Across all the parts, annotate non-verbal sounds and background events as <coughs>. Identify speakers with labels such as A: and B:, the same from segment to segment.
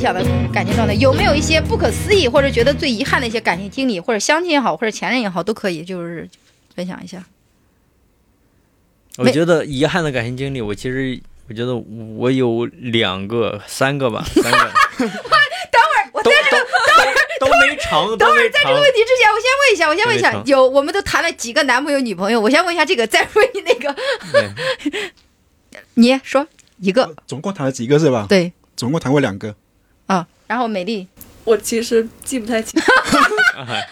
A: 小的感情状态，有没有一些不可思议或者觉得最遗憾的一些感情经历，或者相亲也好，或者前任也好，都可以，就是分享一下。
B: 我觉得遗憾的感情经历，我其实我觉得我有两个、三个吧，
A: <laughs>
B: 三个
A: 等会儿，我
B: 都
A: 在这个
B: 都都没成，
A: 等
B: 都
A: 会
B: 没
A: 儿，在这
B: 成
A: 个。问题之前，我先问一下，我先问一
B: 都
A: 下
B: 没，成
A: 有我们都谈了几个男朋友、女朋友，我先问一下这个，再问你那个，
B: 对
A: <laughs> 你说一个，
C: 总共谈了几个是吧？
A: 对
C: 总共谈过两个，
A: 啊，然后美丽， <laughs>
D: 我其实记不太清，
B: 哎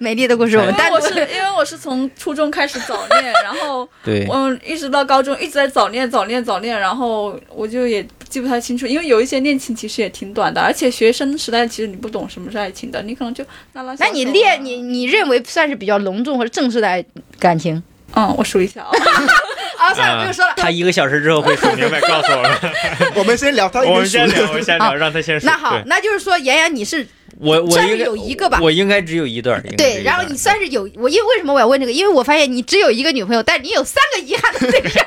A: 美丽的故事我
D: 因
A: 们
D: 为
A: 单
D: 我
A: 独
D: 是因为我是从初中开始早恋，然后
B: 对，
D: 嗯，一直到高中一直在早恋早恋早恋，然后我就也记不太清楚，因为有一些恋情其实也挺短的，而且学生时代其实你不懂什么是爱情的，你可能就拉拉小
A: <laughs> 那
D: 手啊。
A: 你恋你你认为算是比较隆重或者正式的爱感情？
D: 嗯，我数
A: <laughs>
D: 一下啊，
A: 啊，算了，
B: 啊
A: 不用说了。
B: 他一个小时之后会说明白，告诉我们。
C: <laughs> 我们先聊他一
B: 我
C: 个
B: 们
C: 数
B: 先聊，我们先
A: 好
B: 聊，让他先说。
A: 那好
B: 对，
A: 那就是说，妍妍你是
B: 我我
A: 算是
B: 应该
A: 有一个吧
B: 我应该只有一段儿。应该只有
A: 对，
B: 一
A: 然后
B: 段儿
A: 你算是有我，因为为什么我要问这个？因为我发现你只有一个女朋友，但你有三个遗憾的对象。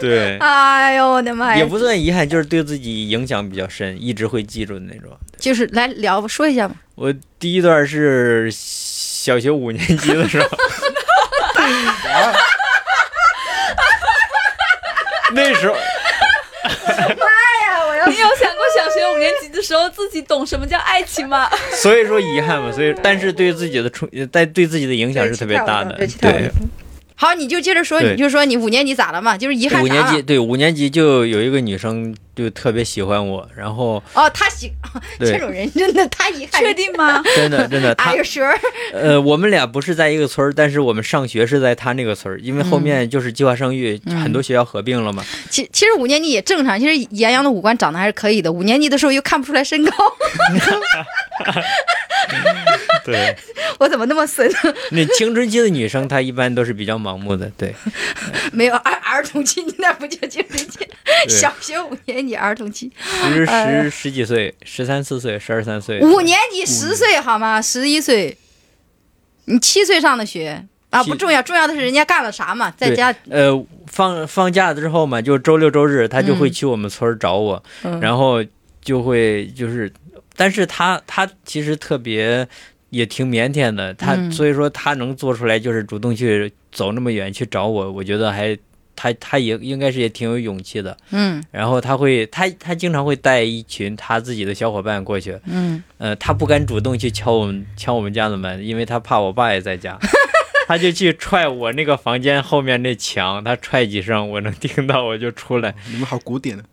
B: 对，
A: 哎呦我的妈
B: 也
A: 呀！
B: 不算遗憾，就是对自己影响比较深，一直会记住的那种。
A: 就是来聊说一下嘛。
B: 我第一段是小学五年级的时候，
C: 啊，
B: 那时候
A: 哎呀，我要
D: 你有想过小学五年级的时候自己懂什么叫爱情吗？
B: 所以说遗憾嘛，所以但是对自己的冲，但对自己的影响是特别大的。对，
A: 好，你就接着说，
B: 对
A: 你就说你五年级咋了嘛？就是遗憾
B: 五
A: 啥
B: 年级
A: 了？
B: 对五年级就有一个女生就特别喜欢我，然 <laughs> 后
A: 哦，他喜这
B: 对，
A: 种人真的太遗憾。
D: 确定吗？
B: 真的真的，她
A: 哎呦，蛇儿
B: 呃，我们俩不是在一个村儿，但是我们上学是在她那个村儿，因为后面就是计划生育，
A: 嗯
B: 很多学校合并了嘛。
A: 其其实五年级也正常，其实严阳的五官长得还是可以的。五年级的时候又看不出来身高， <laughs>
B: 对，
A: 我怎么那么损？ <laughs>
B: 那青春期的女生她一般都是比较盲目的，对。
A: 没有儿儿童期，你那不就青春期？
B: 对
A: 小学五年级儿童期，
B: 十
A: 哎
B: 十十几岁，十三四岁，十二三岁，
A: 五年级十岁好吗？十一岁，你七岁上的学啊，
B: 七
A: 不重要，重要的是人家干了啥嘛，在
B: 对
A: 家。
B: 呃，放放假之后嘛，就周六周日，他就会
A: 嗯
B: 去我们村儿找我，
A: 嗯
B: 然后就会就是，但是他他其实特别也挺腼腆的，他、
A: 嗯
B: 所以说他能做出来就是主动去走那么远去找我，我觉得还他他也应该是也挺有勇气的。
A: 嗯
B: 然后他会他他经常会带一群他自己的小伙伴过去，
A: 嗯，
B: 呃，他不敢主动去敲我们敲我们家的门，因为他怕我爸也在家， <laughs> 他就去踹我那个房间后面那墙，他踹几声，我能听到，我就出来。
C: 你们好古典啊！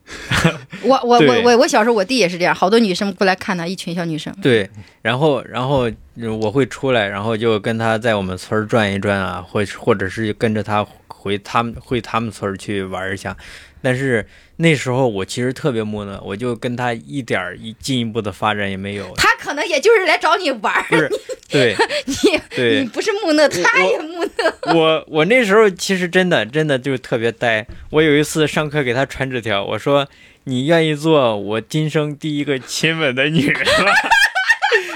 A: 我我我
B: 对
A: 我我小时候我弟也是这样，好多女生过来看他，一群小女生。。
B: 对，然后然后呃我会出来，然后就跟他在我们村儿转一转啊，或或者是跟着他回他们回他们村儿去玩一下。但是那时候我其实特别木讷，我就跟他一点儿一进一步的发展也没有
A: 他可能也就是来找你玩儿，
B: 不是，对
A: <laughs>
B: 对，
A: 你不是木讷，他也木讷。
B: <laughs> 我我那时候其实真的真的就特别呆。我有一次上课给他传纸条，我说：“你愿意做我今生第一个亲吻的女人吗？”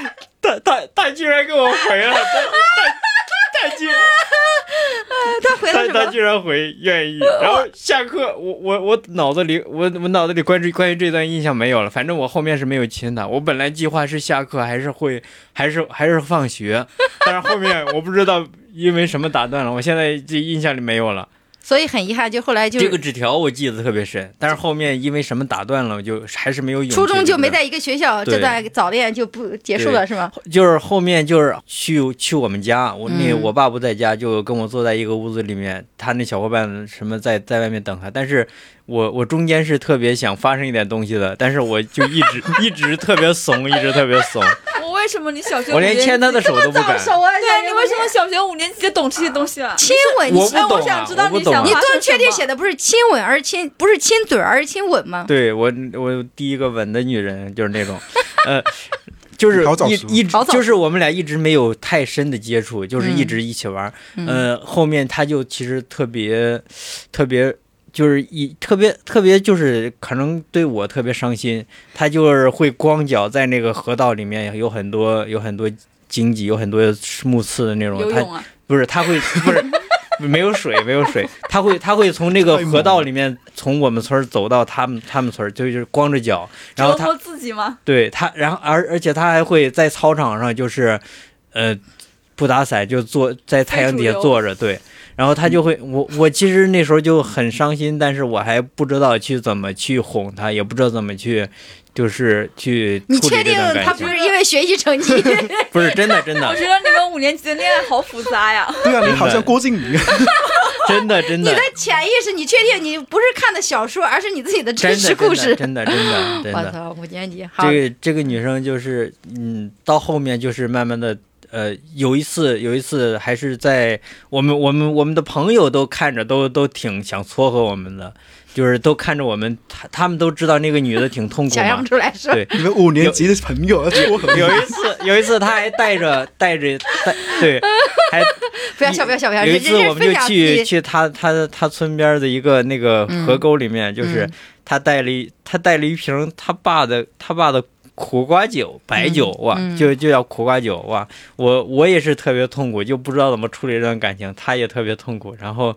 B: <laughs> 他他他居然给我回了，他他他居然
A: 他回了
B: 他
A: 什
B: 他
A: 么？
B: 居然回愿意。然后下课，我我我脑子里我我脑子里关于关于这段印象没有了，反正我后面是没有亲他。我本来计划是下课还是会还是还是放学，但是后面我不知道因为什么打断了，我现在这印象里没有了。
A: 所以很遗憾，就后来就
B: 这个纸条我记得特别深，但是后面因为什么打断了，我就还是没有勇气。
A: 初中就没，在一个学校，
B: 对
A: 这段早恋就不结束了，是吗？
B: 就是后面就是去去我们家，我那
A: 嗯
B: 我爸不在家，就跟我坐在一个屋子里面，他那小伙伴什么在在外面等他，但是我我中间是特别想发生一点东西的，但是我就一直一直特别怂，一直特别怂，
D: 我为什么你小学
B: 我
D: 五年
B: 连
D: 级
B: 牵他的手都不
A: 早
B: 敢。
A: 熟啊！
D: 对你为什么小学五年级就懂这些东西了？
A: 亲吻？
B: 我不
D: 哎，我
B: 懂啊
D: 想知道
B: 我不
D: 你想
B: 懂啊
A: 你
D: 发
A: 更
D: 生
A: 确
D: 什
A: 定
D: 么
A: 写的不是亲吻，而亲不是亲嘴，而是亲吻吗？
B: 对我，我第一个吻的女人就是那种，
A: <laughs>
B: 呃，就是
C: 好早熟
B: 一一直
A: 好早熟
B: 就是我们俩一直没有太深的接触，就是一
A: 嗯
B: 直一起玩儿。
A: 嗯
B: 呃，后面他就其实特别，特别就是一特别特别就是可能对我特别伤心，他就是会光脚在那个河道里面有很多有很多荆棘，有很多木刺的那种，
D: 游
B: 他
D: 泳啊？
A: <laughs>
B: 不是，他会不是，没有水，没有水，他会他会从那个河道里面从我们村儿走到他们他们村儿，就就是光着脚，然后
D: 折
B: 他
D: 磨自己吗？
B: 对他，然后而而且他还会在操场上，就是，呃，不打伞就坐在太阳底下
D: 非主流
B: 坐着，对。然后他就会，我我其实那时候就很伤心，但是我还不知道去怎么去哄他，也不知道怎么去，就是去
A: 你
B: 处
A: 确
B: 理这
A: 定
B: 段
A: 他
B: 感
A: 不
B: 情。
A: 是因为学习成
B: <laughs>
A: 绩？
B: 不是真的，真
D: 我
B: 的
D: 觉，得你们五年级的恋爱好复杂呀。
C: 对啊，你好像郭敬明，
B: 真的，
A: <laughs>
B: 真
A: 你
B: 的
A: 的，潜意识，你确定你不是看的小说，而是你自己的真
B: 真
A: 实
B: 的，
A: 故事？
B: 真的，真的，真的，真
A: 我
B: 的。
A: 操，五年级好，
B: 这个这个女生就是，嗯，到后面就是慢慢的，呃，有一次有一次还是在我们我们我们的朋友都看着都都挺想撮合我们的，就是都看着我们，他他们都知道那个女的挺痛
A: <laughs>
B: 苦
A: 想象
B: 嘛
A: 不。出来是吧
B: 对
C: 你们五年级的朋友啊，我很
B: 有一次有一次她还带着带着带对，还
A: 不要笑，不要笑，不要笑，
B: 有一
A: 这
B: 次我
A: 这
B: 们
A: 分
B: 就
A: 享自
B: 去
A: 己
B: 去她她她村边的一个那个河沟里面，就是
A: 嗯
B: 她带了一她带了一瓶她爸的她爸的苦瓜酒白酒哇，
A: 嗯
B: 就就叫苦瓜酒哇，我我也是特别痛苦，就不知道怎么处理这段感情，她也特别痛苦，然后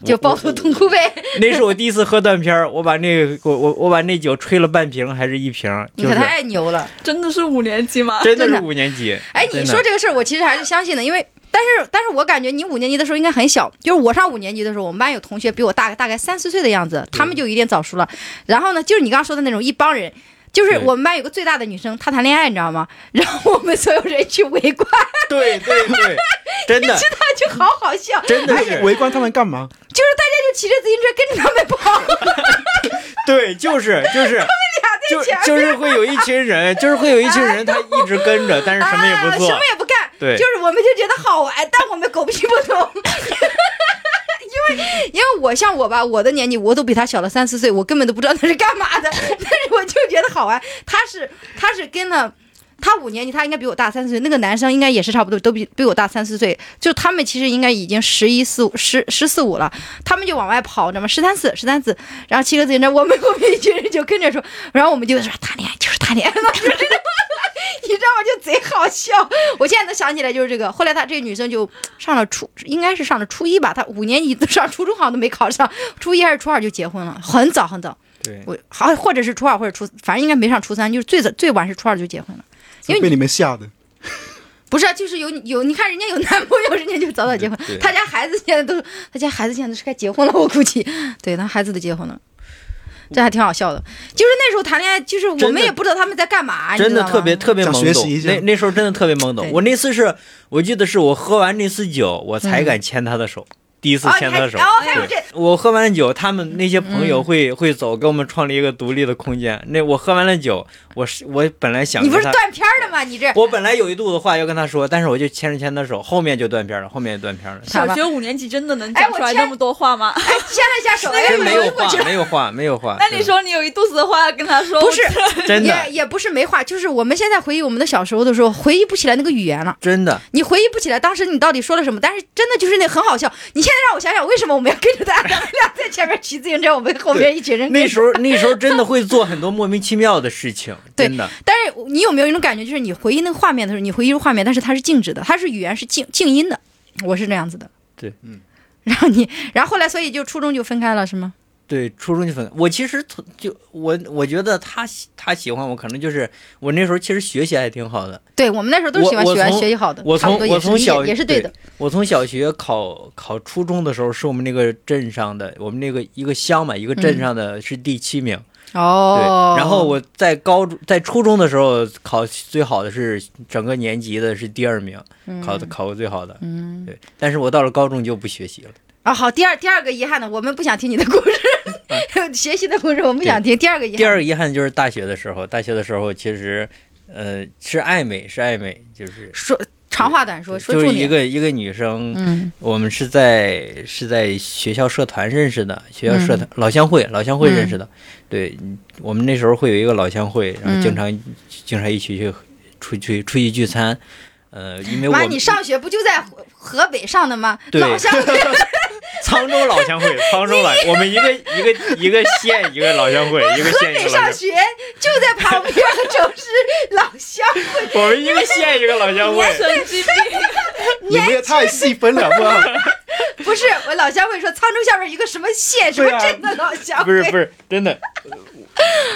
B: 我
A: 就抱头
B: 我
A: 痛哭呗。
B: 那是我第一次喝断片儿，我把那个我我我把那酒吹了半瓶还是一瓶，
A: 你
B: <laughs> 就
A: 可
B: 是
A: 太牛了！
D: <laughs> 真的是五年级吗？
B: 真的
A: 真
B: 是
A: 的
B: 五年级，
A: 哎，你
B: 真的
A: 说这个事儿，我其实还是相信的，因为但是但是我感觉你五年级的时候应该很小，就是我上五年级的时候，我们班有同学比我大大概三四岁的样子，他们就有点早熟了。然后呢，就是你刚刚说的那种一帮人。就是
B: 对
A: 我们班有个最大的女生，她谈恋爱，你知道吗？然后我们所有人去围观，
B: 对
A: <laughs>
B: 对对，真的
A: 她就好好笑，就
B: 真的是
C: 围观他们干嘛？
A: 是大家就骑着自行车跟着他们跑，
B: 对，就是就是。
A: <laughs>
B: 就
A: 在前面
B: 就是会有一群人，就是会有一
A: <laughs>
B: 群人，他一直跟着，但是什么也
A: 啊
B: 不做
A: 什。么也不干，
B: 对
A: 就是我们就觉得好玩，但我们狗屁不懂。 <laughs> 因为，因为我像我吧，我的年纪我都比他小了三四岁，我根本都不知道他是干嘛的， <laughs> 但是我就觉得好玩。他是他是跟了他五年级，他应该比我大三四岁，那个男生应该也是差不多，都比比我大三四岁。就他们其实应该已经十一四五、十十四五了，他们就往外跑，你知道吗？十三四、十三四，然后骑个自行车，我们后面一群人就跟着说，然后我们就说谈恋爱就是谈恋爱，就是这种 <laughs> 你知道吗？就贼好笑。我现在能想起来就是这个。后来她这个女生就上了初，应该是上了初一吧，她五年级都上初中好像都没考上，初一还是初二就结婚了，很早很早。
B: 对，
A: 我好或者是初二或者初，反正应该没上初三，就是最早最晚是初二就结婚了。因为你
C: 被你们吓的，
A: 不是啊，就是有有，你看人家有男朋友，人家就早早结婚
B: 对。对
A: 他家孩子现在都，他家孩子现在都是该结婚了，我估计。 <laughs> 对，他孩子都结婚了。这还挺好笑的，就是那时候谈恋爱，就是我
B: 真
A: 们
B: 的
A: 也不知道他们在干嘛，你
B: 真
A: 知
B: 的
A: 道吗
B: 特别特别
C: 想
B: 懵
C: 学
B: 懂
C: 习一。下
B: 那那时候真的特别懵懂。
A: 对
B: 我那次是，我记得是我喝完那次酒，我才敢牵她的手，第一
A: 嗯
B: 次
A: 哦，你
B: 牵她
A: 还
B: 的手
A: 然。后还有
B: 对
A: 这，嗯
B: 我喝完酒，他们那些朋友会、会走，给我们创立一个独立的空间。那我喝完了酒，我是我本来想
A: 你不
B: 跟
A: 是
B: 她，
A: 断片儿了吗？你这
B: 我本来有一肚子话要跟她说，但是我就牵着牵她手，后面就断片了，后面就断片了。
A: 好吧
D: <laughs> 小学五年级真的能
A: 哎
D: 讲
A: 我
D: 出来
A: 签
D: 那么多话吗？
A: 哎，牵了一下手，哎，
B: 真没有
A: 过
B: 话
A: 去，了。
B: 没有话，没有话。
D: 那你说你有一肚子的话要跟他说，
A: 不是，
B: 对真的
A: 也也不是没话，就是我们现在回忆我们的小时候的时候，回忆不起来那个语言了。
B: 真的，
A: 你回忆不起来当时你到底说了什么，但是真的就是那很好笑。你现在让我想想，为什么我们要跟着他，咱们俩在前面骑自行车，我们后面一群 <laughs> 人跟
B: 那
A: 着
B: 时候那时候真的会做很多莫名其妙的事情，
A: <laughs> 对
B: 真的。
A: 但是你有没有一种感觉，就是你回忆那个画面的时候，你回忆画面，但是它是静止的，它是语言是静静音的，我是这样子的。
B: 对，
A: 嗯。然后你，然后后来，所以就初中就分开了，是吗？
B: 对，初中就分。我其实从就我我觉得他喜他喜欢我，可能就是我那时候其实学习还挺好的。
A: 对，我们那时候都是喜欢
B: 我
A: 学
B: 我从
A: 学习好的，
B: 我
A: 差不
B: 从
A: 多
B: 我
A: 也是
B: 从
A: 理
B: 小
A: 解也是对的。。
B: 我从小学考考初中的时候，是我们那个镇上的，我们那个一个乡嘛，一个镇上的是第七名。
A: 哦
B: 对，，然后我在高中在初中的时候考最好的是整个年级的是第二名，
A: 嗯
B: 考的考过最好的。嗯，对，但是我到了高中就不学习了。
A: 啊，好，第二第二个遗憾呢，我们不想听你的故事， <laughs> 学习的故事我们不想听。第二个遗憾，
B: 第二个遗憾就是大学的时候，大学的时候其实，呃，是暧昧，是暧昧，就是
A: 说长话短说，说
B: 就
A: 重
B: 是一
A: 点。
B: 个一个女生，
A: 嗯
B: 我们是在是在学校社团认识的，学校社
A: 嗯
B: 团、老乡会老乡会认识的，对，我们那时候会有一个老乡会，然
A: 嗯
B: 后经常、经常一起去出去出去聚餐，呃，因为我
A: 妈，
B: 们
A: 你上学不就在河河北上的吗？
B: 对
A: 老
B: <laughs>
A: 乡会
B: 沧州老
A: <laughs>
B: 乡会，沧州老我们一个一个一个县一个老乡会，
A: <laughs>
B: 一个县一
A: 北
B: 个老
A: 上
B: 乡，
A: 学就在旁边的城市，老
B: <laughs>
A: 乡会。
B: 我们一个县一个老乡
D: 你
B: 会
D: 也。神经病，
C: 你们也太细分了，好不好？
A: 不是我老乡会说沧州下边一个什么县什么
B: 对啊
A: 镇的老乡
B: <laughs> 不
A: 会，
B: 是不是真的，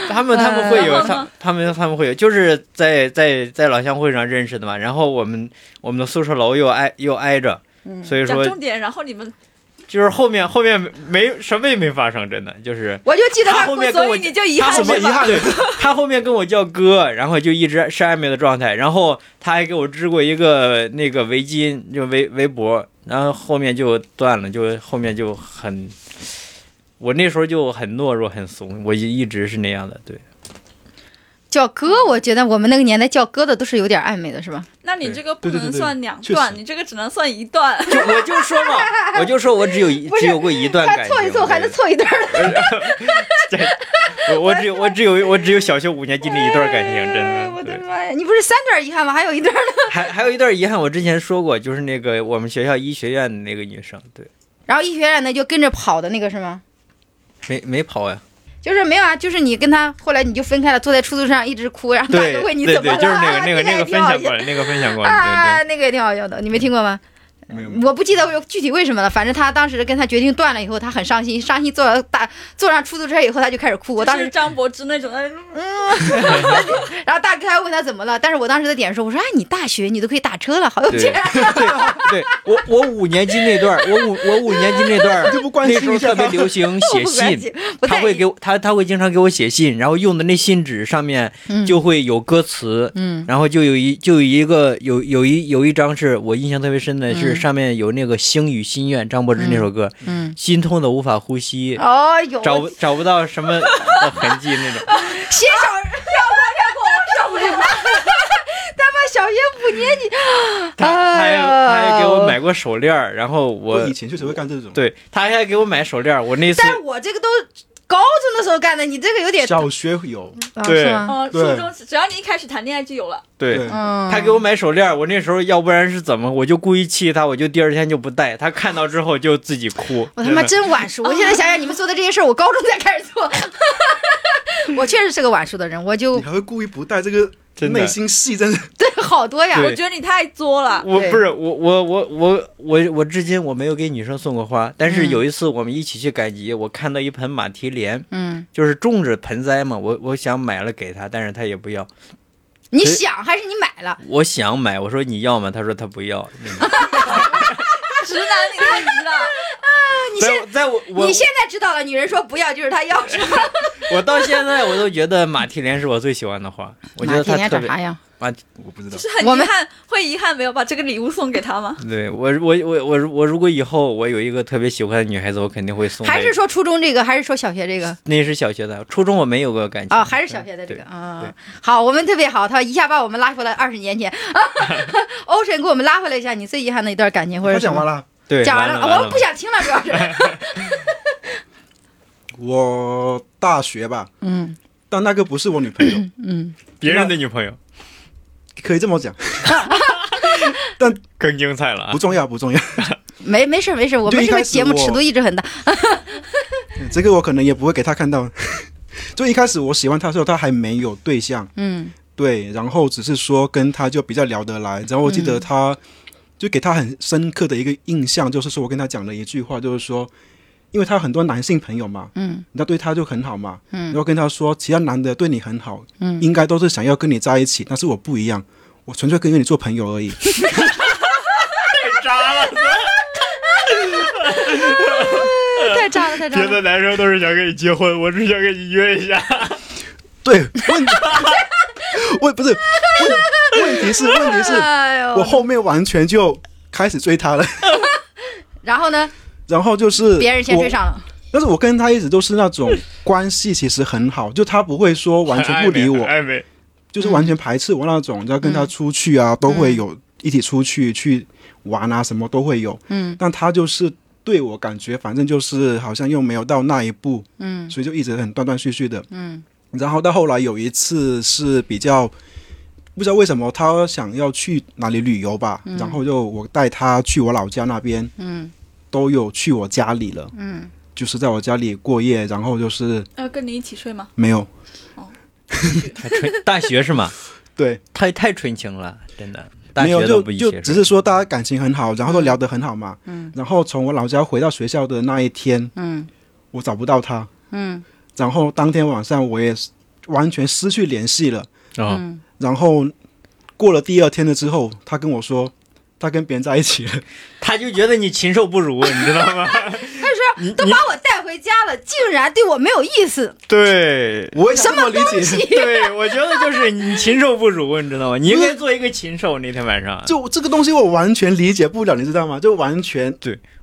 B: 他们他们会有
D: 然后
B: 他
D: 呢
B: 他们他们会有，就是在在在老乡会上认识的嘛。然后我们我们的宿舍楼又挨又挨着，所以
D: 讲
B: 说
D: 重点，然后你们，
B: 就是后面后面没什么也没发生，真的就是
A: 哎我就记得
B: 他
A: 他
B: 后面跟
D: 所
B: 我
D: 以你就遗
B: 他
D: 憾
B: 什么
D: 是
B: 遗
D: 吧？
B: 憾？他后面跟我叫哥，然后就一直是暧昧的状态，然后他还给我织过一个那个围巾，就围围脖，然后后面就断了，就后面就很，我那时候就很懦弱，很怂，我一一直是那样的，对。
A: 叫哥，我觉得我们那个年代叫哥的都是有点暧昧的，是吧？
D: 那你这个不
C: 对对
D: 能
C: 对对
D: 算两
C: 确
D: 段，
C: 实
D: 你这个只能算一段。
B: 就我就说 <laughs> 嘛，我就说我只有一
A: 不是
B: 只有过一段感
A: 还
B: 情，
A: 凑一凑还能凑一对儿的，
B: 对，我我只有我只有我只有小学五年经历一段感情，
A: 哎
B: 真
A: 我
B: 的。
A: 的
B: 对，
A: 妈呀！你不是三段遗憾吗？还有一段呢。
B: 还还有一段遗憾，我之前说过，就是那个我们学校医学院的那个女生，对，
A: 然后医学院的就跟着跑的那个是吗？
B: 没没跑呀，
A: 就是没有啊，就是你跟他后来你就分开了，坐在出租车上一直哭，然后大
B: <laughs> 对
A: 家都问你
B: 对
A: 怎么了，
B: 对，就是那个那个那
A: 也
B: 个
A: 挺
B: 分
A: 好
B: 享
A: 笑
B: 过来，那个分享过来，
A: 啊，那个也挺好笑的，你没听过吗？
C: 没有，
A: 我不记得我具体为什么了，反正他当时跟他决定断了以后，他很伤心，伤心坐上大坐上出租车以后他就开始哭。我当
D: 就
A: 时
D: 是张柏芝那种，哎
A: 然后大哥还问他怎么了，但是我当时的点是，我说哎，你大学你都可以打车了，好有
B: 对
A: 钱。
B: <laughs> 对对对，我我五年级那段，我五我五年级那段
A: <laughs>
C: 你就不关
B: 那时
C: 心
B: 候
C: 一下
B: 特别
C: 他？
B: 流行
A: 我
B: 写
A: 不关
B: 信
A: 心，，不在
B: 他
A: 意
B: 会给我他他会经常给我写信，然后用的那信纸上面
A: 嗯
B: 就会有歌词，
A: 嗯
B: 然后就有一就有一个有有一有一张是我印象特别深的，是
A: 嗯
B: 上面有那个《星语心愿》张柏芝那首歌，
A: 嗯，
B: 心痛的无法呼吸，
A: 哦哟，
B: 找不找不到什么的痕迹
A: <laughs>
B: 那种。
A: 写小跳过跳过跳过，他妈小学五年级，
B: 他他还
A: 哎呦
B: 他还给我买过手链儿，然后
C: 我
B: 我
C: 以前确实会干这种，，
B: 对他还给我买手链儿，我那次
A: 但我这个都高中的时候干的，你这个有点
C: 小学有，
A: 啊
B: 对
A: 是吗
D: 哦，初
C: 对
D: 中只要你一开始谈恋爱就有了。
B: 对
C: 对。
A: 嗯，
B: 他给我买手链儿，我那时候要不然是怎么，我就故意气他，我就第二天就不戴。他看到之后就自己哭。
A: 我他妈
B: 真的
A: 真晚熟！我现在想想你们做的这些事儿，我高中才开始做。 <laughs> 我确实是个晚熟的人，我就
C: 你还会故意不带这个
B: 真的
C: 内心戏，真的
A: 对好多呀。
B: 对
D: 我觉得你太作了。
B: 我
A: 对
B: 不是我我我我我我至今我没有给女生送过花，但是有一次我们一起去赶集，我看到一盆马蹄莲，
A: 嗯，
B: 就是种着盆栽嘛，我我想买了给她，但是她也不要。
A: 你想还是你买了？
B: 我想买，我说你要吗？她说她不要。那个
D: 直男，你太直了。
A: 你
B: 在
A: 现
B: 我在我我
A: 你现在知道了，女人说不要就是她要，是吧？
B: 我到现在我都觉得马蹄莲是我最喜欢的花，我觉得它特别
A: 样？
B: 马
C: 我不知道
D: 就。是很
A: 我
D: 遗
A: 们
D: 憾，会遗憾没有把这个礼物送给他吗？
B: 对我我我我我如果以后我有一个特别喜欢的女孩子，我肯定会送她一。
A: 还是说初中这个，还是说小学这个？
B: 那是小学的，初中我没有过感情
A: 啊，还是小学的这个
B: 对
A: 啊
B: 对。
A: 好，我们特别好，他一下把我们拉回来二十年前。 <laughs> 欧神给我们拉回来一下，你最遗憾的一段感情或者
C: 我
A: 什
C: 讲
A: 么
C: 完了，
B: 对
A: 讲完
B: 了，
A: 了，
B: 完
A: 我们不想听了，主要是。
C: 我大学吧，
A: 嗯
C: 但那个不是我女朋友，
B: <coughs>
A: 嗯，
B: 别人的女朋友。
C: 可以这么讲，
B: 更精彩了啊
C: 不！重要，不重要。
A: 没没事儿没事儿，我
C: 就
A: 们
C: 一
A: 这个
C: 开始
A: 节目
C: 我
A: 尺度一直很大。
C: 这个我可能也不会给他看到。 <laughs> 就一开始我喜欢他的时候，他还没有对象，
A: 嗯
C: 对，然后只是说跟他就比较聊得来。然后我记
A: 嗯
C: 得他、就给他很深刻的一个印象，就是说我跟他讲了一句话，就是说，因为他有很多男性朋友嘛，
A: 嗯，
C: 那对他就很好嘛，
A: 嗯
C: 然后跟他说，其他男的对你很好，
A: 嗯
C: 应该都是想要跟你在一起，但是我不一样，我纯粹跟你做朋友而已。
B: 渣 <laughs> 了，
A: 呃太渣了，太渣
B: 别
A: 了。
B: 的男生都是想跟你结婚，我只想跟你约一下。
C: 对，问，问不是问，问题是问题是
A: 哎
C: 我
A: 呦，
C: 后面完全就开始追他了。
A: 然后呢？
C: 然后就是
A: 别人先追
C: 我，
A: 上了，
C: 但是我跟他一直都是那种关系其实很好，就他不会说 <laughs> 完全不理我，
B: 暧昧。
A: 嗯
C: 就是完全排斥我那种，要跟他出去啊，都会有一起出去去玩啊，什么都会有。
A: 嗯
C: 但他就是对我感觉，反正就是好像又没有到那一步，
A: 嗯
C: 所以就一直很断断续续的。
A: 嗯
C: 然后到后来有一次是比较。不知道为什么他想要去哪里旅游吧，然后就我带他去我老家那边，
A: 嗯
C: 都有去我家里了，
A: 嗯，
C: 就是在我家里过夜，然后就是
D: 要跟你一起睡吗？
C: 没有
B: <laughs> 太纯，大学是吗？
C: 对，
B: 太太纯情了，真的。大
C: 没有
B: 学都
C: 就
B: 不一
C: 就
B: 起
C: 只是说大家感情很好，然后都聊得很好嘛。
A: 嗯
C: 然后从我老家回到学校的那一天，
A: 嗯
C: 我找不到他，
A: 嗯
C: 然后当天晚上我也是完全失去联系了。
B: 啊，
A: 嗯，
C: 然后过了第二天了之后，他跟我说他跟别人在一起了。 <laughs>
B: 他就觉得你禽兽不如，你知道吗？ <laughs>
A: 他说都把我带回家了，竟然对我没有意思，
B: 对。
C: 我也是这么理解。
B: 对，我觉得就是你禽兽不如，你知道吗？你应该做一个禽兽。那天晚上，
C: 就这个东西我完全理解不了，你知道吗？就完全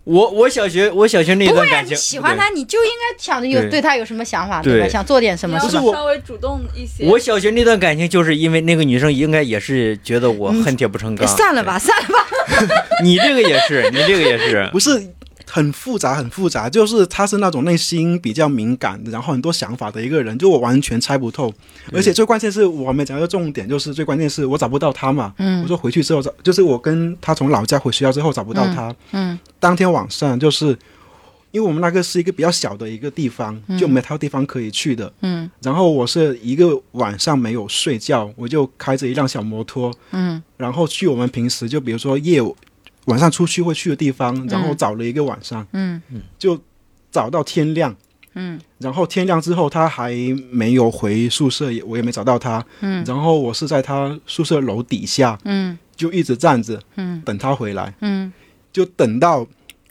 B: 我我小学我小学那
A: 不
B: 段
A: 会啊，
B: 感
A: 你
B: 情，
A: 喜欢他，你就应该想着有
B: 对
A: 对他有什么想法，对吧？
B: 对
A: 想做点什么，
D: 你
A: 是
D: 要
A: 吧？
C: 我
D: 稍微主动一些。
B: 我小学那段感情，就是因为那个女生应该也是觉得我恨铁不成钢。
A: 嗯算哎了吧，算了吧，
B: 对，你这个也
A: <laughs>
B: 是，你这个也是。
C: 不是很复杂，很复杂。就是他是那种内心比较敏感，然后很多想法的一个人，就我完全猜不透。
A: 嗯
C: 而且最关键是我还没讲到重点，就是最关键是我找不到他嘛。
A: 嗯
C: 我说回去之后找，就是我跟他从老家回学校之后找不到他。
A: 嗯
C: 当天晚上就是。因为我们那个是一个比较小的一个地方，就没太多地方可以去的。
A: 嗯
C: 然后我是一个晚上没有睡觉，我就开着一辆小摩托，
A: 嗯
C: 然后去我们平时就比如说夜晚上出去会去的地方，然后找了一个晚上，
A: 嗯
C: 就找到天亮。
A: 嗯，
C: 然后天亮之后他还没有回宿舍，也我也没找到他。
A: 嗯，
C: 然后我是在他宿舍楼底下
A: 嗯
C: 就一直站着，
A: 嗯，
C: 等他回来，
A: 嗯，
C: 就等到。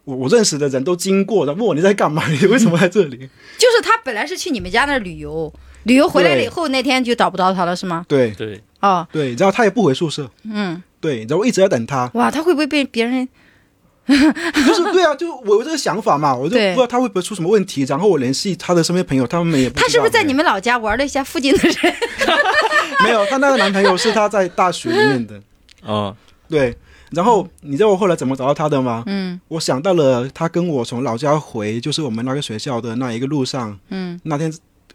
C: 我我认识的人都经过了，问我你在干嘛？你为什么在这
A: 嗯
C: 里？
A: 就是他本来是去你们家那儿旅游，旅游回来了以后，那天就找不到他了，是吗？
C: 对
B: 对，
A: 哦，
C: 对，然后他也不回宿舍，
A: 嗯，
C: 对，然后我一直在
A: <laughs>
C: 等他，
A: 哇，他会不会被别人？
C: 就是对啊，就我有这个想法嘛，我就不
A: 对
C: 知道他会不会出什么问题。然后我联系他的身边朋友，他们也不知道
A: 他是不是在你们老家玩了一下附近的人？
C: 没有，她那个男朋友是她在大学里面的，
B: 嗯，
A: <laughs>
C: 对。然后你知道我后来怎么找到她的吗？
A: 嗯
C: 我想到了她跟我从老家回，就是我们那个学校的那一个路上，
A: 嗯
C: 那天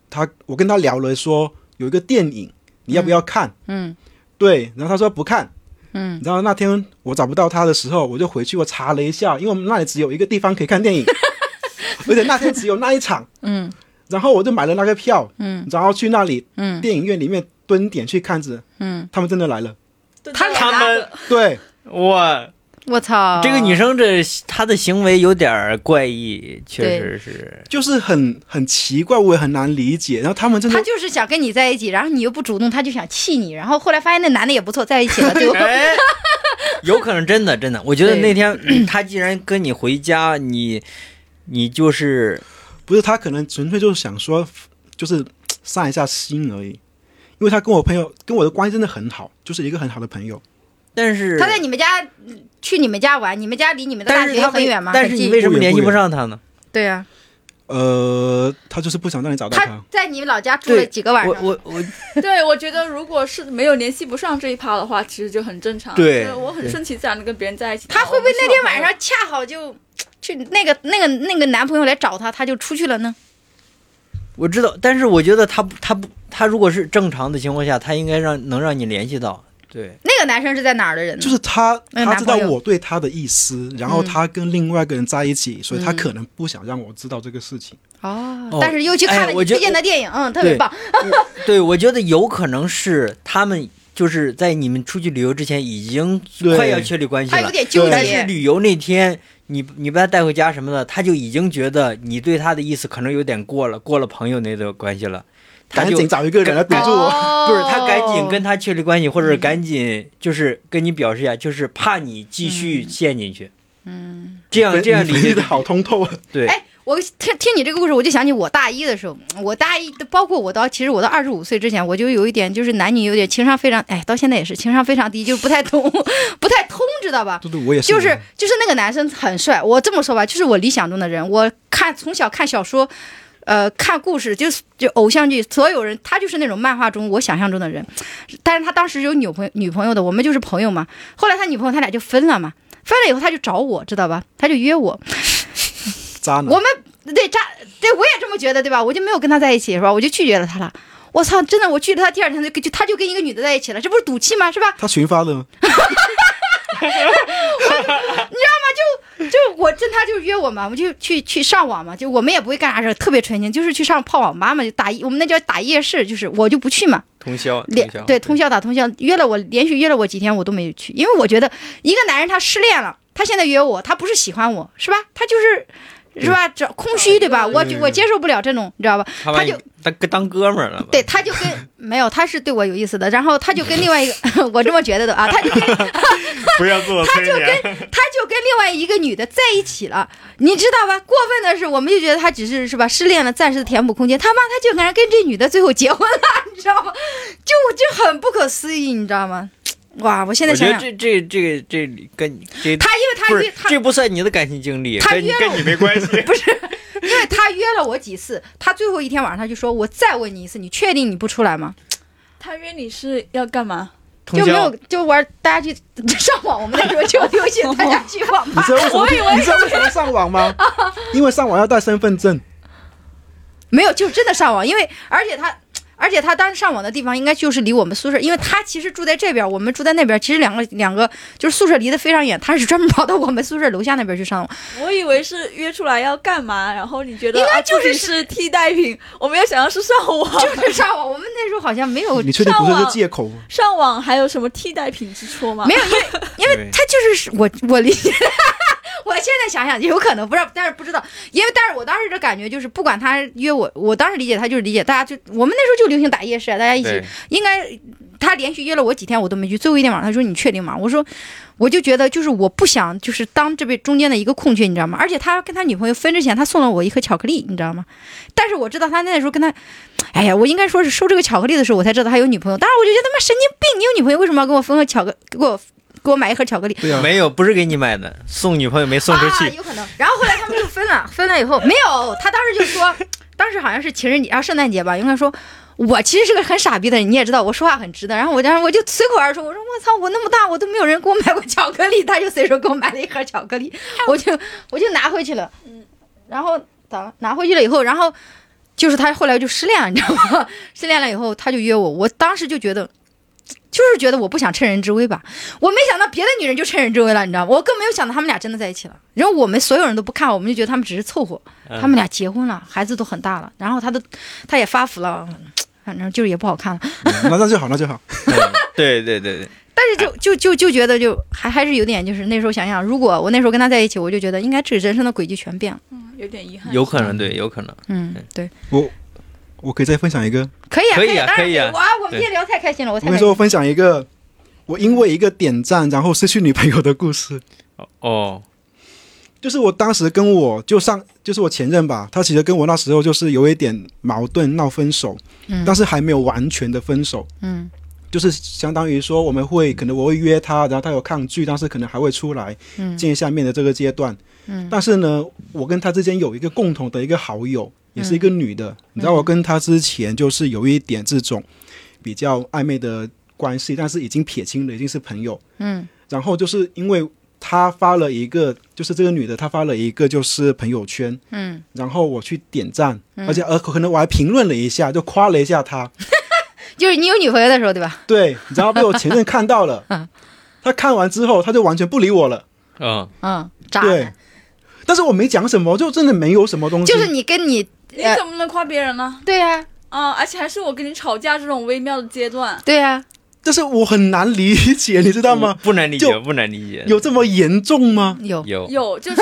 C: 她我跟她聊了说有一个电影，你要不要看？
A: 嗯
C: 对，然后她说不看。
A: 嗯，
C: 然后那天我找不到她的时候，我就回去我查了一下，因为我们那里只有一个地方可以看电影，而且那天只有那一场。
A: 嗯
C: 然后我就买了那个票，
A: 嗯
C: 然后去那里
A: 嗯
C: 电影院里面蹲点去看着，
A: 嗯，
C: 他们真的来了。
D: 对
A: 他俩哦
B: 他们
C: 对，
B: 哇，
A: 我操，
B: 这个女生这她的行为有点儿怪异，确实是。
C: 就是很很奇怪，我也很难理解。然后他们真
A: 他
C: 的，
A: 就是想跟你在一起，然后你又不主动，他就想气你，然后后来发现那男的也不错，在一起了，最后
B: 哎， <laughs> 有可能真的真的，我觉得
A: 对
B: 那天 <clears throat> 她既然跟你回家，你你就是
C: 不是他可能纯粹就是想说，就是散一下心而已。因为他跟我朋友跟我的关系真的很好，就是一个很好的朋友。
B: 但是
A: 他在你们家嗯去你们家玩，你们家离你们的大
B: 但是
A: 学
B: 她
A: 很远吗？
B: 但是
A: 很
B: 你
A: 近
B: 为什么
C: 不远
B: 联
C: 不
B: 系不
C: 远
B: 上她呢？
A: 对呀、
C: 呃，他就是不想让你找到
A: 他
C: 他。
A: 在你老家住了
B: 对
A: 几个晚
B: 我
A: 上？
B: 我我
D: <laughs> 对，我觉得如果是没有联系不上这一趴的话，其实就很正常。
B: 对
D: 就是我很顺其自然的跟别人在一起。
A: 他会不会那天晚
D: 然
A: 上恰好就去那个那个那个男朋友来找他，他就出去了呢？
B: 我知道，但是我觉得她不她不她如果是正常的情况下，她应该让能让你联系到。对，
A: 那个男生是在哪儿的人呢？
C: 就是他，
A: 嗯
C: 他知道
A: 男朋友嗯
C: 我对他的意思，然后他跟另外一个人在一起，所以他可能不想让我知道这个事情。
A: 哦
B: 哦，
A: 但是又去看
B: 哎
A: 了
B: 我
A: 你
B: 觉
A: 推荐的电影，嗯，特别
B: 对
A: 棒。
B: 对，我觉得有可能是他们就是在你们出去旅游之前已经
C: 对
B: 快要确立关系
A: 他有
B: 了，
A: 点纠
B: 但是
A: 结，
B: 旅游那天，你你把他带回家什么的，他就已经觉得你对他的意思可能有点过了，过了朋友那个关系了，他
C: 赶
B: 就
C: 紧找一个人来堵住 <laughs> 我。
A: 哦
B: 不是他赶紧跟他确立关系，或者
C: 哦
B: 是赶紧就是跟你表示一下，就是怕你继续陷进去。嗯，这样这样理
C: 理
B: 解
C: 的好通透啊。
B: 对
A: 哎，我听听你这个故事，我就想起我大一的时候，我大一包括我到其实我到二十五岁之前，我就有一点就是男女有点情商非常，哎，到现在也是情商非常低，就是不太通， <laughs> 不太通，知道吧？
C: 对对，我也是。
A: 就是就是那个男生很帅，我这么说吧，就是我理想中的人。我看从小看小说，呃，看故事，就是就偶像剧，所有人他就是那种漫画中我想象中的人。但是他当时有女朋友女朋友的，我们就是朋友嘛。后来他女朋友他俩就分了嘛，分了以后他就找我知道吧，他就约我，
C: 渣男
A: 我，们对渣对我也这么觉得对吧？我就没有跟他在一起是吧？我就拒绝了他了。我操，真的，我拒绝他，第二天他就就他就跟一个女的在一起了，这不是赌气吗？是吧？
C: 他群发的吗？
A: 就我真他就是约我嘛，我就去去上网嘛，就我们也不会干啥事儿，特别纯情，就是去上泡网吧嘛，就打夜我们那叫打夜市，就是我就不去嘛，
B: 通宵，
A: 连
B: 通宵，
A: 哦对通宵打通宵，约了我连续约了我几天，我都没有去，因为我觉得一个男人他失恋了，他现在约我，他不是喜欢我，是吧？他就是。是吧？这空虚对吧？我就我接受不了这种，你知道吧？
B: 他把
A: 他
B: 你
A: 就
B: 当当哥们儿了吧，
A: 对，他就跟 <laughs> 没有，他是对我有意思的，然后他就跟另外一个， <laughs> 我这么觉得的啊，他就跟
B: 不要自我催眠。
A: 他就跟另外一个女的在一起了，你知道吧？过分的是，我们就觉得他只是是吧失恋了，暂时的填补空间。他妈，他竟然跟这女的最后结婚了，你知道吗？就就很不可思议，你知道吗？哇！我现在
B: 我
A: 想
B: 觉得
A: 想，
B: 这这这这里跟这
A: 他因为他
B: 不
A: 约
B: 是
A: 他
B: 这不算你的感情经历，
A: 他
B: 跟你
A: 约了
B: 跟你没关系。
A: 不是，因为他约了我几次，他最后一天晚上他就说：“我再问你一次，你确定你不出来吗
D: 他约你是要干 <laughs> 嘛？？”
B: <laughs> 通
A: 就没
B: 宵
A: 有，就玩，大家去上网，我们那时候就有流
B: <laughs>
A: 行大家去网
C: 你
A: 吧，
C: 知道为什么？你知道为什么上网吗？因为上网要带身份证。
A: 没有，就真的上网，因为而且他。而且他当时上网的地方应该就是离我们宿舍，因为他其实住在这边，我们住在那边，其实两个两个就是宿舍离得非常远，他是专门跑到我们宿舍楼下那边去上网。 <laughs>
D: 我以为是约出来要干嘛，然后你觉得
A: 应该
D: 啊
A: 就是
D: 自己是替代品，我没有想到是上网， <laughs>
A: 就是上网，我们那时候好像没有，
C: 你确定不是个借口吗？
D: 上网还有什么替代品之说吗？
A: 没有，因为因为
B: 对
A: 他就是我我理解。 <laughs> 我现在想想，有可能不知道，但是不知道，因为但是我当时的感觉就是，不管他约我，我当时理解他就是理解，大家就我们那时候就流行打夜市，啊，大家一起
B: 对
A: 应该他连续约了我几天，我都没去。最后一天晚上，他说你确定吗？我说我就觉得就是我不想就是当这边中间的一个空缺，你知道吗？而且他跟他女朋友分之前，他送了我一盒巧克力，你知道吗？但是我知道他那时候跟他，哎呀，我应该说是收这个巧克力的时候，我才知道他有女朋友。当时我就觉得他妈神经病，你有女朋友为什么要跟我分个巧克给我给我买一盒巧克力？
C: 对呀、啊，
B: 没有，不是给你买的，送女朋友没送出
A: 啊，
B: 去。
A: 有可能。然后后来他们就分了，分了以后没有，他当时就说， <laughs> 当时好像是情人节啊，圣诞节吧，应该说。我其实是个很傻逼的人，你也知道，我说话很直的。然后我当时我就随口而说，我说我操，我那么大，我都没有人给我买过巧克力，他就随手给我买了一盒巧克力，我就我就拿回去了。嗯，然后咋拿回去了以后，然后就是他后来就失恋了，你知道吗？ <laughs> 失恋了以后他就约我，我当时就觉得，就是觉得我不想趁人之危吧，我没想到别的女人就趁人之危了，你知道吗？我更没有想到他们俩真的在一起了。然后我们所有人都不看，我们就觉得他们只是凑合。
B: 嗯
A: 他们俩结婚了，孩子都很大了，然后他的他也发福了，嗯反正就是也不好看了。
C: 那那就好，那就好。
B: 嗯 <laughs> 对对对对，
A: 但是就就就就觉得就还还是有点就是那时候想想，如果我那时候跟他在一起，我就觉得应该这人生的轨迹全变了。
D: 嗯有点遗憾。
B: 有可能，对，有可能。
A: 嗯，对，
C: 我我可以再分享一个，
A: 可以啊，
B: 可以
A: 以
B: 啊
A: 当然
B: 可以啊
A: 哇，我们
B: 对
A: 越聊太开心了，我
C: 我
A: 才
C: 跟你
A: 开
C: 说，我
A: 心。
C: 分享一个我因为一个点赞然后失去女朋友的故事。
B: 哦，
C: 就是我当时跟我就上就是我前任吧，他其实跟我那时候就是有一点矛盾闹分手，
A: 嗯
C: 但是还没有完全的分手，
A: 嗯
C: 就是相当于说我们会可能我会约他，然后他有抗拒，但是可能还会出来
A: 嗯
C: 见下面的这个阶段。
A: 嗯
C: 但是呢，我跟他之间有一个共同的一个好友，也是一个女
A: 嗯
C: 的。你知道，我跟他之前就是有一点这种比较暧昧的关系，但是已经撇清了，已经是朋友。
A: 嗯
C: 然后就是因为他发了一个，就是这个女的，她发了一个就是朋友圈，
A: 嗯，
C: 然后我去点赞，而且呃可能我还评论了一下，就夸了一
A: <laughs>
C: 下她。
A: 就是你有女朋友的时候，对吧？
C: 对，你知道被我前任看
A: <laughs>
C: 到了，他看完之后他就完全不理我了。
B: 嗯，
A: 嗯，渣
C: 对
A: 男，，
C: 但是我没讲什么，就真的没有什么东西，
A: 就是你跟你
D: 你怎么能夸别人呢？
A: 对呀、
D: 啊，而且还是我跟你吵架这种微妙的阶段。
A: 对呀、
C: 但是我很难理解，你知道吗？
B: 不难理解，
C: 就
B: 不难理解。
C: 有这么严重吗？
A: 有
B: 有
D: 有，就是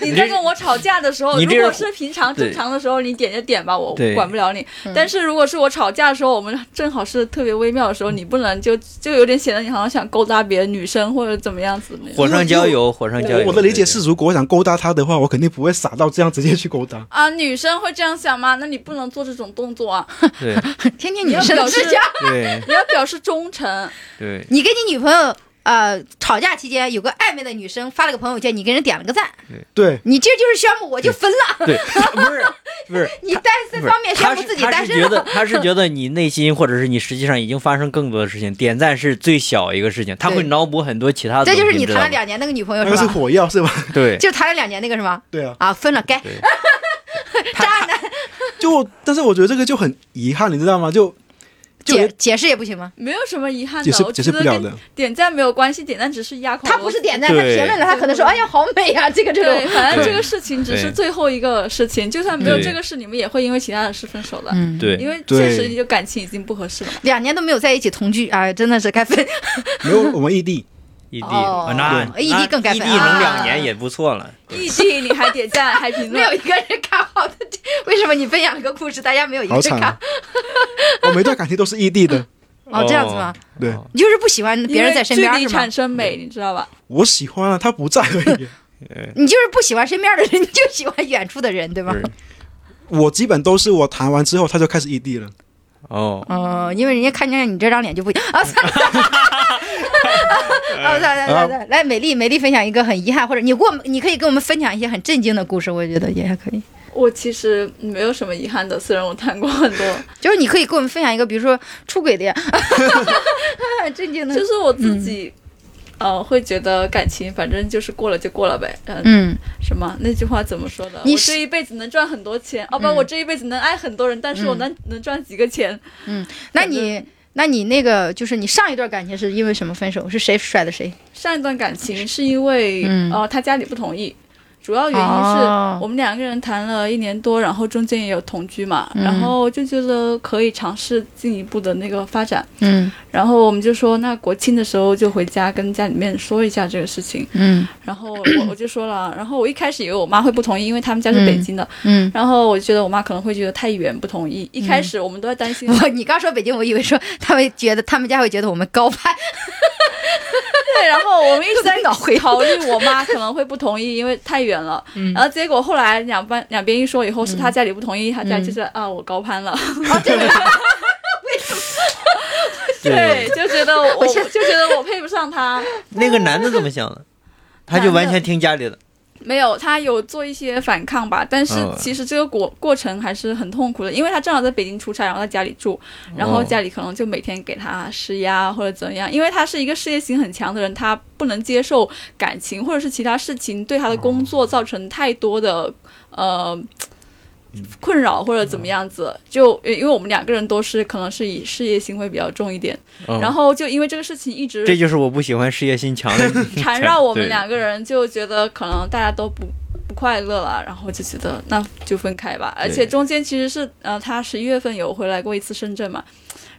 D: 你在跟我吵架的时候，
B: 你这
D: 如
B: 是
D: 果是平常正常的时候，你点就点吧，我
B: 对
D: 管不了你。
A: 嗯
D: 但是如果是我吵架的时候，我们正好是特别微妙的时候，你不能就就有点显得你好像想勾搭别的女生或者怎么样子。
B: 火上浇油，火上浇油。
C: 我我的理解
B: 对
C: 是，，如果我想勾搭他的话，我肯定不会傻到这样直接去勾搭。
D: 啊，女生会这样想吗？那你不能做这种动作啊！
B: 对
A: 天天女生的 <laughs>
D: 你要表示
A: 视角。
B: 对
D: <laughs> 你要表示忠诚，
B: 对
A: 你跟你女朋友呃吵架期间，有个暧昧的女生发了个朋友圈，你给人点了个赞，
C: 对，
A: 你这就是宣布我就分了，
B: 对，不是不是。
A: 你单身方面宣
B: 哎他
A: 布
B: 是
A: 自己
B: 他
A: 单
B: 是
A: 身
B: 觉得
A: 了。 <laughs>
B: 他是觉得你内心或者是你实际上已经发生更多的事情，点赞是最小一个事情，他会
A: 对
B: 脑补很多其他的东哎
A: 这
B: 西。
A: 就是你
B: 知
A: 谈了
B: 道吗
A: 两年那个女朋友
C: 那个是
A: 是吧？
C: 火药是吧？
B: 对
A: 就谈了两年那个是吗？
C: 对啊，
A: 啊，分了该
B: 对
A: 渣男，
C: 就但是我觉得这个就很遗憾，你知道吗？就就有
A: 解解释也不行吗？
D: 没有什么遗憾
C: 解
D: 的，
C: 释
D: 我
C: 解
D: 觉
C: 释
D: 得
C: 不了
D: 跟
C: 的。
D: 点赞没有关系，点赞只是压垮
A: 他
D: 螺
A: 不是
D: 丝
A: 点赞，他评论了，他可能说：“哎呀，好美呀、这个这
D: 对，
A: 种。
D: 反正
B: 对
D: 这个事情只是
B: 对
D: 最后一个事情，就算没有
B: 对
D: 这个事，你们也会因为其他的事分手的”，
A: 嗯，
B: 对
D: 因为
C: 对
D: 确实就感情已经不合适了。
A: 两年都没有在一起同居，哎，真的是该分。
C: 没有，我们异
D: <laughs>
C: 地，
B: 异地，
A: 哦
B: 啊那
A: 对异地更该
B: 异
A: 分
B: 地能
A: 啊
B: 两年也不错了。
D: 异地你还点赞还
A: <laughs>
D: 评
A: 没有
D: 论，
A: 一个人看好的，这为什么你分享了个故事，大家没有一个
C: 好
A: 人
C: 惨
A: 看
C: 啊！ <laughs> 我每段感情都是异地
D: <laughs>
C: 的。
A: 好？哦，这样子吗？
C: 对，
D: 哦
A: 你就是不喜欢别人在身
D: 因为
A: 边
D: 距
A: 是
D: 离
A: 吗
D: 产？生美，你知道吧？
C: 我喜欢啊，他不在而已。
A: 你就是不喜欢身边的人，你就喜欢远处的人，对吧？
B: 是
C: 我基本都是我谈完之后，他就开始异地了。
B: 哦，
A: 哦，因为人家看见你这张脸就不一样啊！算了， <laughs> 算了，啊，算了，算了算了，来，美丽，美丽分享一个很遗憾，或者你给我们，你可以给我们分享一些很震惊的故事，我觉得也还可以。
D: 我其实没有什么遗憾的，虽然我谈过很
A: <laughs>
D: 多，
A: 就是你可以给我们分享一个，比如说出轨的 <laughs> 呀，震惊的，
D: 就是我
A: 嗯
D: 自己，呃，会觉得感情反正就是过了就过了呗，嗯，
A: 嗯，
D: 什么那句话怎么说的？
A: 你
D: 我
A: 是
D: 这一辈子能赚很多钱，哦不，
A: 嗯
D: 我这一辈子能爱很多人，但是我能、能赚几个钱？
A: 那你。那你那个就是你上一段感情是因为什么分手？是谁甩的谁？
D: 上一段感情是因为、
A: 嗯
D: 呃他家里不同意，主要原因是
A: 哦
D: 我们两个人谈了一年多，然后中间也有同居嘛，
A: 嗯
D: 然后就觉得可以尝试进一步的那个发展，
A: 嗯
D: 然后我们就说那国庆的时候就回家跟家里面说一下这个事情，
A: 嗯
D: 然后
A: <coughs>
D: 我我就说了，然后我一开始以为我妈会不同意，因为他们家是北京的，
A: 嗯。
D: 然后我觉得我妈可能会觉得太远不同意，一开始我们都在担心，
A: <laughs> 我你刚说北京，我以为说他们觉得他们家会觉得我们高攀，
D: 对，然后我们一直
A: <laughs>
D: 在
A: 脑回嗯
D: 考虑我妈可能会不同意，因为太远了。然后结果后来两班两边一说以后，是她家里不同意，她家
A: 嗯
D: 就是啊，我高攀了，
A: 啊 <laughs>
D: <laughs> 对，，就觉得我就觉得我配不上她。
B: 那个男的怎么想的？他就完全听家里的。
D: 没有，她有做一些反抗吧，但是哦
B: 嗯
D: 其实这个过过程还是很痛苦的，因为她正好在北京出差，然后在家里住，然后
B: 哦
D: 家里可能就每天给她施压或者怎样，因为她是一个事业心很强的人，她不能接受感情或者是其他事情对她的工作造成太多的呃。
B: 嗯
D: 困扰或者怎么样子，就因为我们两个人都是可能是以事业心会比较重一点，
B: 嗯
D: 然后就因为这个事情一直
B: 这就是我不喜欢事业心强的 <laughs> 人
D: 缠绕我们
B: 对
D: 两个人，就觉得可能大家都不不快乐了，然后就觉得那就分开吧。而且中间其实是呃，他十一月份有回来过一次深圳嘛，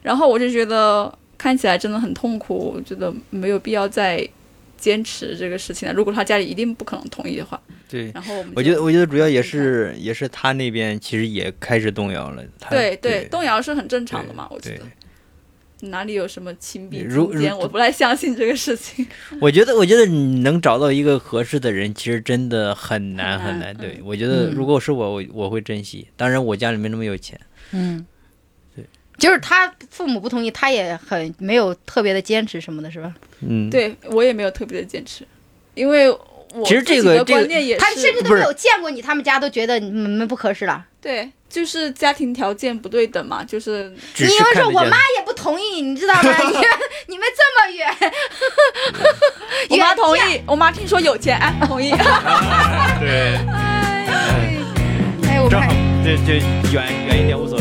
D: 然后我就觉得看起来真的很痛苦，我觉得没有必要再坚持这个事情了。如果他家里一定不可能同意的话，
B: 对，
D: 然后我们
B: 我觉得，我觉得主要也是也是他那边其实也开始动摇了。他
D: 对对
B: 对，
D: 动摇是很正常的嘛，我觉
B: 对
D: 得。哪里有什么亲密
B: 如
D: 空间？
B: 如嗯
D: 我不太相信这个事情。
B: 我觉得，我觉得你能找到一个合适的人，其实真的很难
D: 很
B: 很
D: 难
B: 难。对，我觉得如果是我，我我会珍惜。当然，我家里没那么有钱。
A: 嗯
B: 对，
A: 就是他父母不同意，他也很没有特别的坚持什么的，是吧？
B: 嗯，，
D: 对我也没有特别的坚持，因为我
B: 其实这个
D: 自己的
B: 这个
D: 观念也是，
A: 他甚至都
B: 不
A: 没
B: 是
A: 有见过你，他们家都觉得你们不合适了。
D: 对，就是家庭条件不对等嘛，就是
B: 只
A: 你
B: 是
A: 要
B: 看
A: 说
B: 得
A: 我
B: 见
A: 妈也不同意，你知道吗？ <laughs> 你们你们这么远，<laughs>
B: 嗯
D: 我
A: 远
D: 妈同意，我妈听说有钱，哎，同意。
B: <laughs> 对，
A: 哎，我
B: 正
A: 看哎
B: 好。，对对，远远一点无所